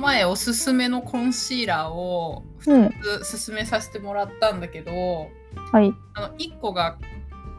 前おすすめのコンシーラーをうん。勧めさせてもらったんだけどはい。あの1個が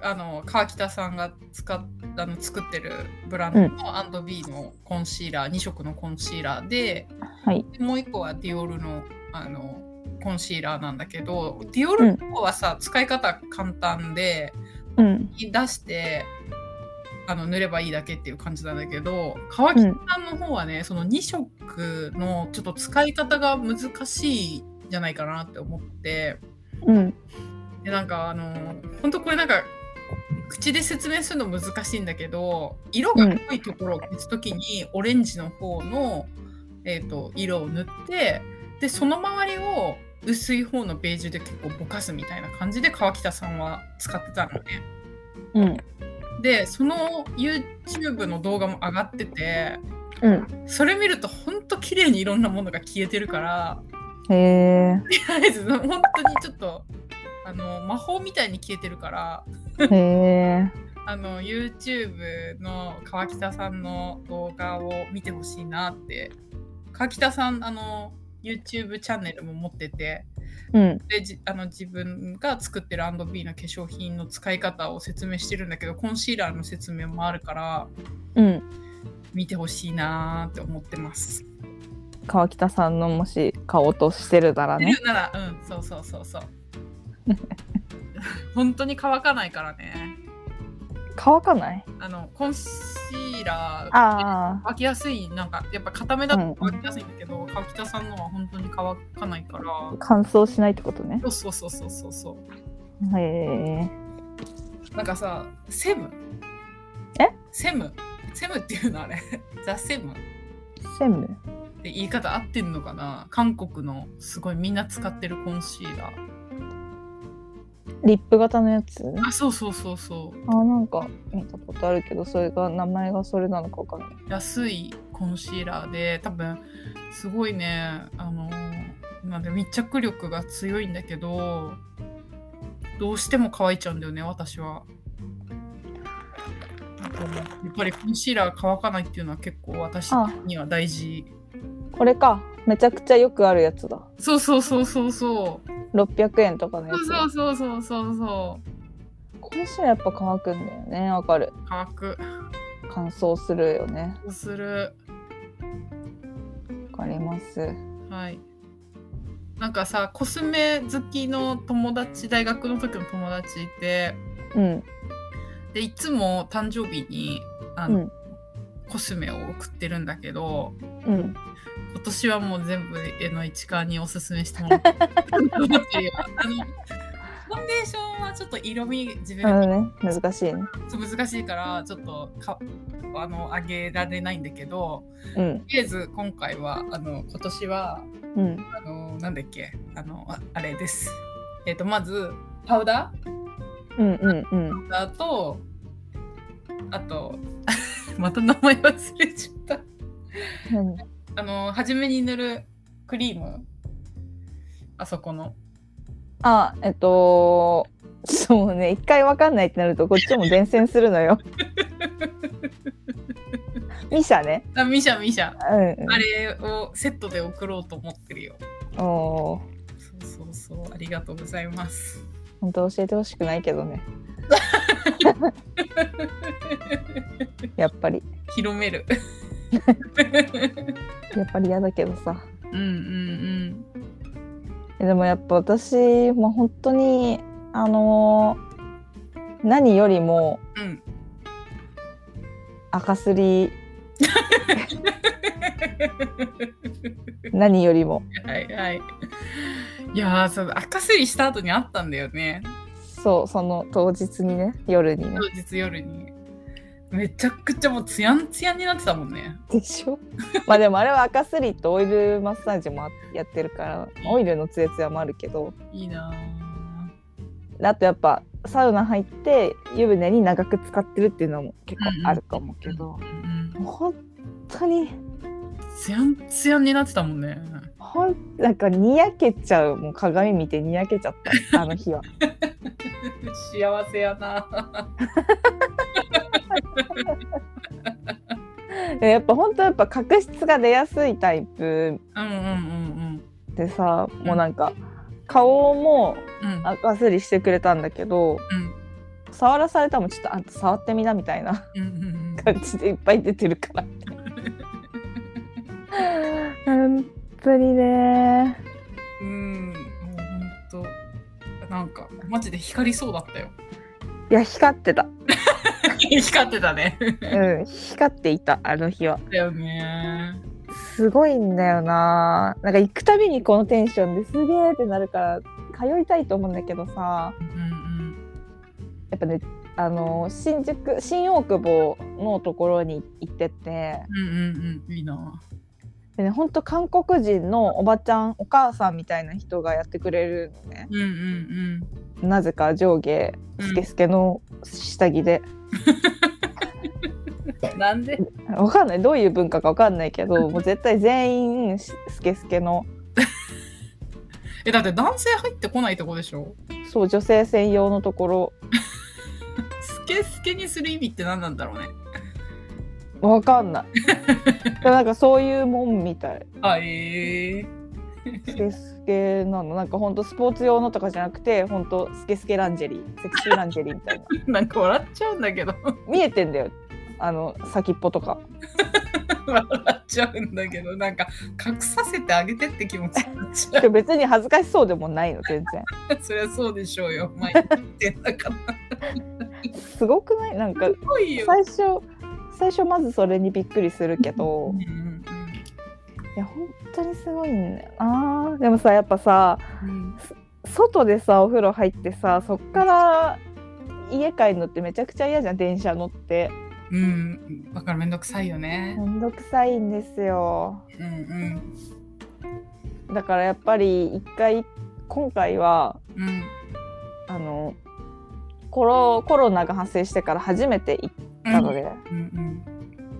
あの川北さんが使っあの作ってるブランドの &B のコンシーラー、2色のコンシーラーではい。でもう1個はディオールのあのコンシーラーなんだけどディオールの方はさ、使い方簡単でうん。出してあの塗ればいいだけっていう感じなんだけど川北さんの方はね、その2色のちょっと使い方が難しいんじゃないかなって思って。うん。でなんかあの本当これなんか口で説明するの難しいんだけど色が濃いところを消す時にオレンジの方の、えー、と色を塗ってでその周りを薄い方のベージュで結構ぼかすみたいな感じで川北さんは使ってたのね。うん。でその YouTube の動画も上がっててうそれ見るとほんと綺麗にいろんなものが消えてるからん。へえ。とりあえず本当にちょっとあの魔法みたいに消えてるからへえ。あの YouTube の川北さんの動画を見てほしいなって川北さんあの YouTube チャンネルも持っててうん。でじあの自分が作ってる &B の化粧品の使い方を説明してるんだけどコンシーラーの説明もあるからうん。見てほしいなーって思ってます。川北さんのもし買おうとしてるならね。言うならうんそうそうそうそう 本当に乾かないからね乾かない。あのコンシーラーあ乾きやすいなんかやっぱ固めだうんと乾きやすいんだけど、川北さんのは本当に乾かないかあ。ら乾燥しないってことね。そうそうそうそうそうそへえ。うなんかさセムえセムセムっていうのあれ ザ・セムっ専務。て言い方合ってんのかな韓国のすごいみんな使ってるコンシーラーリップ型のやつ。あそうそうそうそうあ、なんか見たことあるけど、それが名前がそれなのかわかんない。安いコンシーラーで多分すごいねあのなんで密着力が強いんだけどどうしても乾いちゃうんだよね私はなんかもうやっぱりコンシーラー乾かないっていうのは結構私あには大事これか。めちゃくちゃよくあるやつだ。そうそうそうそうそう600円とかのやそうつ。そうそうそうそうそ今週やっぱ乾くんだよね。わかる。う乾く乾燥するよね。そうするわかります。はいなんかさコスメ好きの友達大学の時の友達いてうん。でいつも誕生日にあうの、ん。コスメを送ってるんだけどうん。今年はもう全部えの一川におすすめ してもらったっていうあのファンデーションはちょっと色味自あ分のでね、難しいね。難しいからちょっとかあの上げられないんだけどうん。とりあえず今回はあの今年はうん。あのなんだっけあのああれですえっ、とまずパウダーうん。うん。うん。だとあと また名前忘れちゃった何あの初めに塗るクリームあそこのあ、えっと。そうね、一回わかんないってなると、こっちも伝染するの よ。ミシャね。あミシャミシャうんあれをセットで送ろうと思ってるよ。おおー。そうそうそうありがとうございます本当教えてほしくないけど ね。やっぱり。広め るやっぱり嫌だけどさ。うんうんえでもやっぱ私も本当にあのー何よりもうんうん赤すり 何よりもはいはいいやーそう赤すりした後にあったんだよねそうその当日にね夜にね当日夜にめちゃくちゃもうツヤンツヤンになってたもんねでしょ まあでもあれは赤すりとオイルマッサージもあやってるからオイルのツヤツヤもあるけどいいなであとやっぱサウナ入って湯船に長く使ってるっていうのも結構あると思うけどー、うんもう本当にツヤンツヤンになってたもんねほんなんかにやけちゃうもう鏡見てにやけちゃったあの日は。幸せやな。えでやっぱ本当やっぱ角質が出やすいタイプうんうんうんでさんもうなんか顔もうんうん赤すりしてくれたんだけどうん触らされたもんちょっとあんた触ってみなみたいな うんうん感じでいっぱい出て るから本当にねうんうんもうほんとなんかマジで光りそうだったよいや光ってた光ってたねうん光っていたあの日はだよねすごいんだよななんか行くたびにこのテンションですげーってなるから通いたいと思うんだけどさうんうんやっぱねあの新宿新大久保のところに行っててうんうんうんいいなで、ね、ほんと韓国人のおばちゃんお母さんみたいな人がやってくれるのねうんうんなぜか上下うんスケスケの下着で、 うんなんでわかんないどういう文化かわかんないけどもう絶対全員しスケスケのえだって男性入ってこないとこでしょそう女性専用のところスケスケにする意味って何なんだろうねわかんないでもなんかそういうもんみたいあええスケスケなのなんかほんとスポーツ用のとかじゃなくてほんとスケスケランジェリーセクシーランジェリーみたいななんか笑っちゃうんだけど見えてんだよあの先っぽとか笑っちゃうんだけどなんか隠させてあげてって気持ちになっちゃうでも別に恥ずかしそうでもないの全然 そりゃそうでしょう よ。毎日言ってんだから。すごくないなんかすごいよ。最初最初まずそれにびっくりするけどうんうんいや本当にすごいんだよなでもさやっぱさうん外でさお風呂入ってさそっから家帰るのってめちゃくちゃ嫌じゃん電車乗ってうん、だからめんどくさいよねめ。んどくさいんですようんうんだからやっぱり一回今回はうんあのコロコロナが発生してから初めて行っうたのんで、うん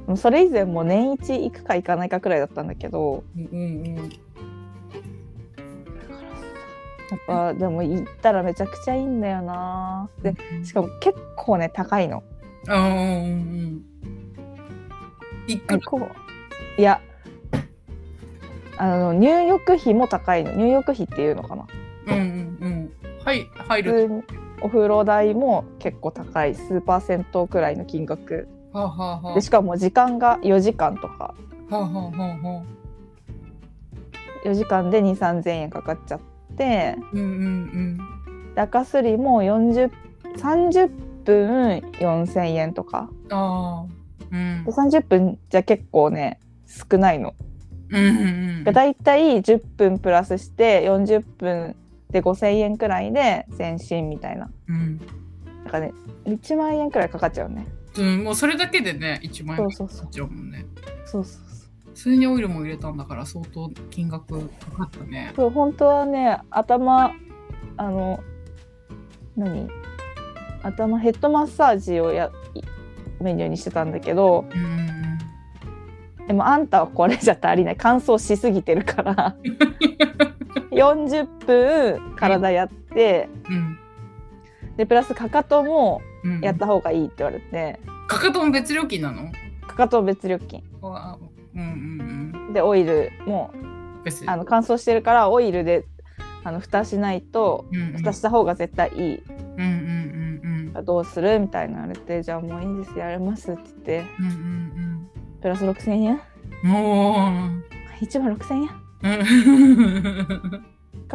もうそれ以前もう年一行くか行かないかくらいだったんだけどうんうんうんやっぱでも行ったらめちゃくちゃいいんだよなでしかも結構ね高いのうんうんうんいくら結構いやあの入浴費も高いの入浴費っていうのかなうんうんうんはい入普る通にお風呂代も結構高い数パーセントくらいの金額はあはあはでしかも時間が4時間とかあはあはあはあ4時間で2 3 0円かかっちゃってうんうんで赤すりも40 30分4,000円とかうんああうんで30分じゃ結構ね少ないの。うんうんだいたい10分プラスして40分で5,000円くらいで全身みたいな。うんだからね1万円くらいかかっちゃうね。うんもうそれだけでね一万円そうかそうそうかっちゃうもんねそうそうそう。普通にオイルも入れたんだから相当金額かかったね。そう本当はね頭あの何頭ヘッドマッサージをやいメニューにしてたんだけどうん。でもあんたはこれじゃ足りない乾燥しすぎてるから 40分体やってうん。でプラスかかともうん。やった方がいいって言われてかかとも別料金なの？かかと別料金あうんうんでオイルもうん。別に。あの乾燥してるからオイルであの蓋しないとうんうん。蓋した方が絶対いいうんうんどうするみたいな言われてじゃあもういいんですやれますって言ってうんうん。うんうんプラス6000円うん。も1万6000円う。うん。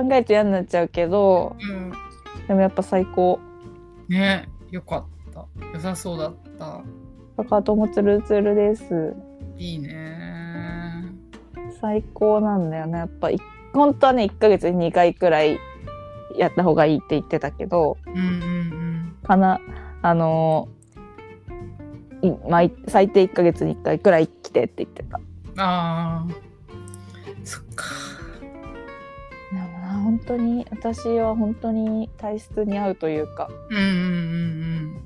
考えると嫌になっちゃうけどうん。 でもやっぱ最高ね、よかった。良さそうだった。かかともツルツルですいいね。最高なんだよねやっぱい本当はね1ヶ月に2回くらいやった方がいいって言ってたけどうんうんかなあのーい毎最低1ヶ月に1回くらい来てって言ってたうん。ああ。そっか。でもな本当に私は本当に体質に合うというかうんうん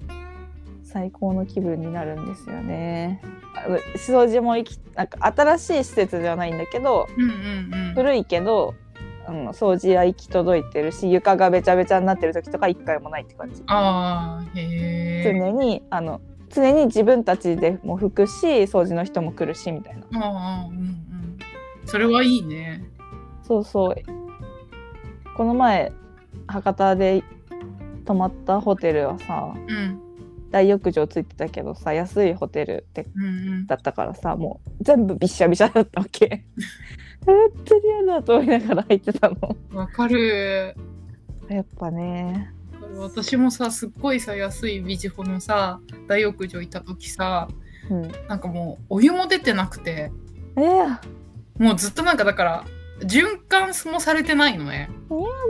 うん最高の気分になるんですよね。あの掃除も行きなんか新しい施設ではないんだけどうん。うんうんうん。古いけど、うん、掃除は行き届いてるし床がべちゃべちゃになってる時とか一回もないって感じ。ああ、へえ。常にあの常に自分たちでも拭くし掃除の人も来るしみたいなああうんうんそれはいいねそうそうこの前博多で泊まったホテルはさうん大浴場ついてたけどさ安いホテルでうんうんだったからさもう全部びっしゃびしゃだったわけ 本当に嫌だと思いながら入ってたのわかるやっぱね私もさすっごいさ安いビジホのさ大浴場行った時さうんなんかもうお湯も出てなくてえやもうずっとなんかだから循環もされてないのね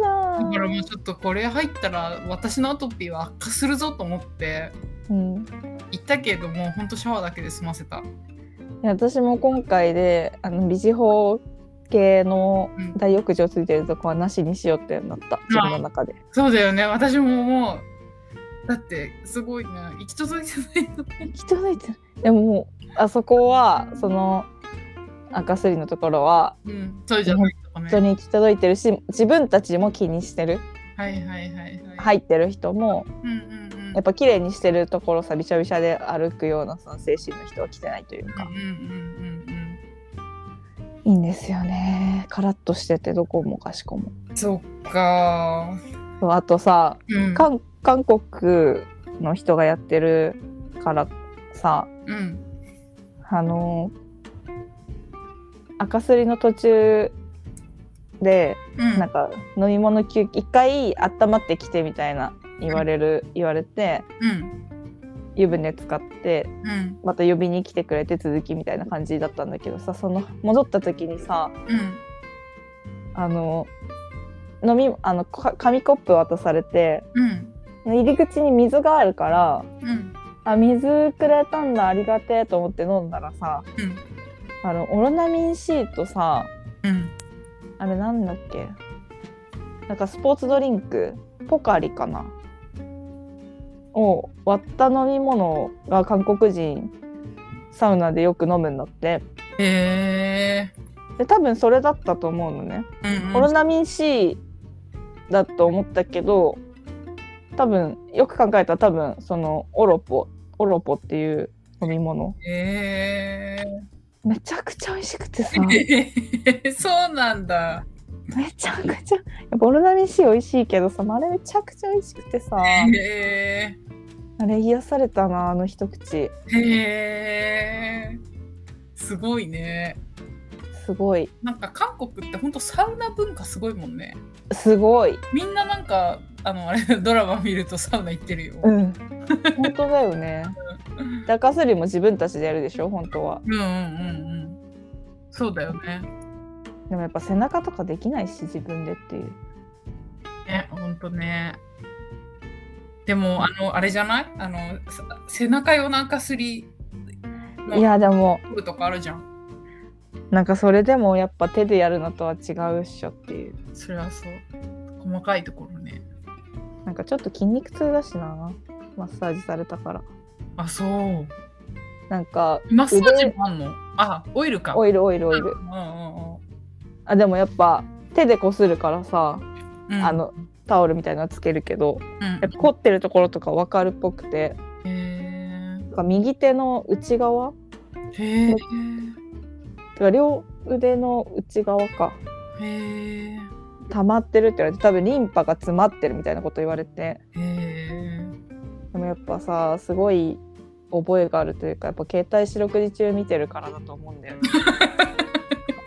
だだからもうちょっとこれ入ったら私のアトピーは悪化するぞと思ってうんい行ったけれどもほんとシャワーだけで済ませたや私も今回であの美人法系のうん大浴場ついてるとこはなしにしようってなった自分の中でそうだよね私ももうだってすごいね行き届いてないの人がいてないでももうあそこはその赤すりのところはうんそうじゃないとか本当ねに行き届いてるし自分たちも気にしてるはいはいはいはいい入ってる人もうんうんうんやっぱ綺麗にしてるところさびしゃびしゃで歩くようなその精神の人は来てないというかうんうんうんいいんですよねカラッとしててどこもかしこもうんそっかそうあとさーうん韓韓国の人がやってるからさうんあの赤すりの途中でうんなんか飲み物休憩一回温まってきてみたいな言われる言われてうん湯船使ってうんまた呼びに来てくれて続きみたいな感じだったんだけどさその戻った時にさうんあの飲みあのか紙コップ渡されてうん入り口に水があるからうんあ水くれたんだありがてえと思って飲んだらさうんあのオロナミン C とさうんあれなんだっけなんかスポーツドリンクポカリかなを割った飲み物が韓国人サウナでよく飲むんだってへえで多分それだったと思うのね、うんオロナミン C だと思ったけど多分よく考えたら多分そのオロポオロポっていう飲み物へめちゃくちゃ美味しく てさめえ そうなんだちゃくちゃやっぱオロナミン C 美味しいけどさあれめちゃくちゃ美味しくてさへあれ癒されたなあの一口えへえすごいねすごいなんか韓国ってほんとサウナ文化すごいもんねすごいみんななんかあのあれドラマ見るとサウナ行ってるよ、うん本当だ よねダカスリも自分たちでやるでしょ本当はうんうんうんうんそうだよねでもやっぱ背中とかできないし自分でっていうねほんとねでもあのあれじゃないあのさ背中用の赤すりいやでもとかあるじゃんなんかそれでもやっぱ手でやるのとは違うっしょっていうそれはそう細かいところねなんかちょっと筋肉痛だしなマッサージされたからあそうなんかマッサージもあんのあオイルかオイイルオイルオイルうんうんうんあでもやっぱ手でこするからさうんあのタオルみたいなのつけるけどうんやっぱ凝ってるところとか分かるっぽくてへえなんか右手の内側へえてか両腕の内側かへえ溜まってるって言われて多分リンパが詰まってるみたいなこと言われてへえでもやっぱさすごい覚えがあるというかやっぱ携帯四六時中見てるからだと思うんだ よね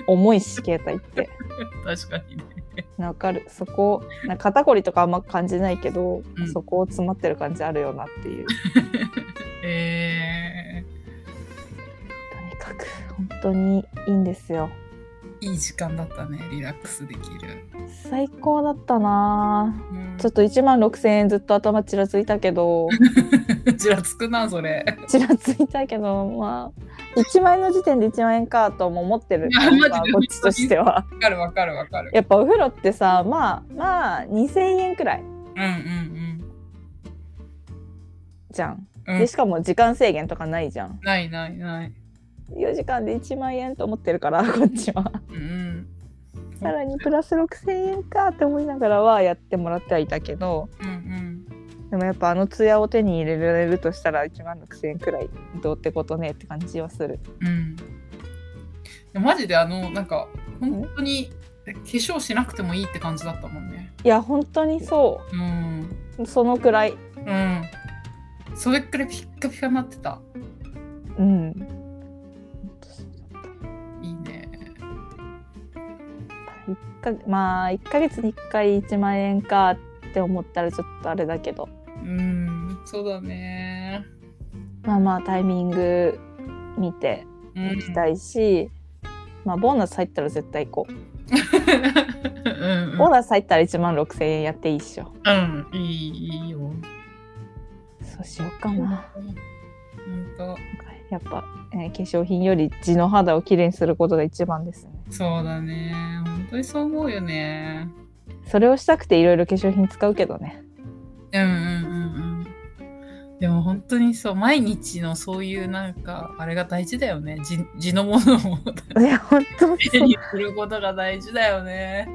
重いし携帯って確かにねわかるそこなんか肩こりとかあんま感じないけど、うんそこを詰まってる感じあるよなっていうえとにかく本当にいいんですよー、いい時間だったねリラックスできる、最高だったなぁうんちょっと1万6,000円ずっと頭ちらついたけどちらつくなそれちらついたけどまあ1万円の時点で1万円かとも思って るいやなんかマジでこっちとしてはわかるわかるわかるやっぱお風呂ってさまあまあ2,000円くらいうんうんじゃんうんうでんしかも時間制限とかないじゃんないないない4時間で1万円と思ってるから こっちはうんさらにプラス6,000円かって思いながらはやってもらってはいたけどうんうんでもやっぱあのツヤを手に入れられるとしたら1万6000円くらいどうってことねって感じはする。うん、マジであのなんか本当に化粧しなくてもいいって感じだったもんねいや本当にそうんうそのくらい。うんそれくらいピッカピカになってたうん。いいねかまあ1ヶ月に1回1万円かって思ったらちょっとあれだけどうんそうだねまあまあタイミング見てういんきたいし、まあボーナス入ったら絶対行こう。 うんボーナス入ったら1万6000円やっていいっしょ。うん、うん、いいいいよそうしようかな。本当やっぱ、えー化粧品より地の肌をきれいにすることが一番ですね。そうだね本当にそう思うよねそれをしたくていろいろ化粧品使うけどね。うんうんうんうんでも本当にそう毎日のそういうなんかあれが大事だよね地地のものをいや、本当に手そうにすることが大事だよね